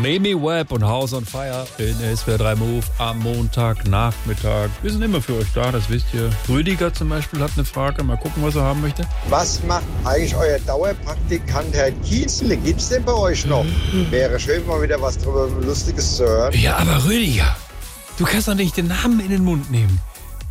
Mimi Webb und House on Fire in SWR 3 Move am Montagnachmittag. Wir sind immer für euch da, das wisst ihr. Rüdiger zum Beispiel hat eine Frage. Mal gucken, was er haben möchte. Was macht eigentlich euer Dauerpraktikant Herr Kiesle? Gibt's denn bei euch noch? Wäre schön, mal wieder was drüber Lustiges zu hören. Ja, aber Rüdiger, du kannst doch nicht den Namen in den Mund nehmen.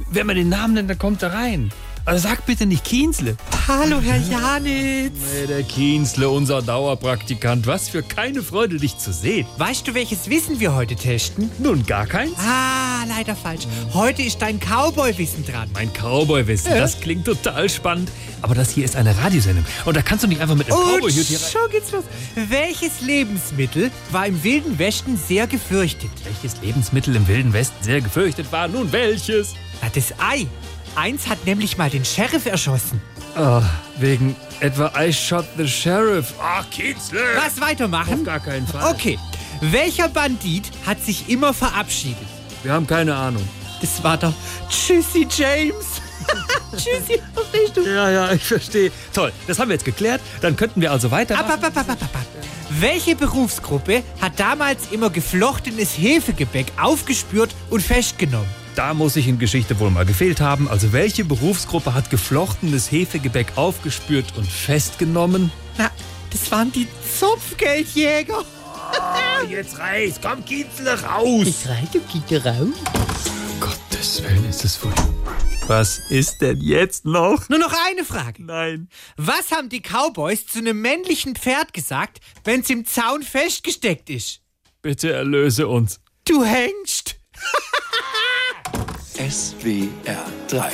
Wenn man den Namen nennt, dann kommt er rein. Also sag bitte nicht Kienzle. Hallo, Herr Janitz. Nee, der Kienzle, unser Dauerpraktikant. Was für keine Freude, dich zu sehen. Weißt du, welches Wissen wir heute testen? Nun, gar keins. Ah, leider falsch. Heute ist dein Cowboy-Wissen dran. Mein Cowboy-Wissen, das klingt total spannend. Aber das hier ist eine Radiosendung. Und da kannst du nicht einfach mit einem Und Cowboy-Hut hier rein. schon geht's los. Welches Lebensmittel war im Wilden Westen sehr gefürchtet? Welches Lebensmittel im Wilden Westen sehr gefürchtet war? Nun, welches? Na, das Ei. Eins hat nämlich mal den Sheriff erschossen. Ah, wegen etwa I shot the sheriff. Ach, Kienzle. Was weitermachen? Auf gar keinen Fall. Okay. Welcher Bandit hat sich immer verabschiedet? Wir haben keine Ahnung. Das war doch Tschüssi James. Tschüssi, verstehst du? Ja, ja, ich verstehe. Toll, das haben wir jetzt geklärt. Dann könnten wir also weiter. Ab, ab, ab, ab, ab, ab. ab. Welche Berufsgruppe hat damals immer geflochtenes Hefegebäck aufgespürt und festgenommen? Da muss ich in Geschichte wohl mal gefehlt haben. Also welche Berufsgruppe hat geflochtenes Hefegebäck aufgespürt und festgenommen? Na, das waren die Zopfgeldjäger. Ah, jetzt reiß, komm Kienzle raus! reite Gitter raus. Gottes Willen ist es wohl. Was ist denn jetzt noch? Nur noch eine Frage. Nein. Was haben die Cowboys zu einem männlichen Pferd gesagt, wenn's im Zaun festgesteckt ist? Bitte erlöse uns. Du hängst. SWR 3.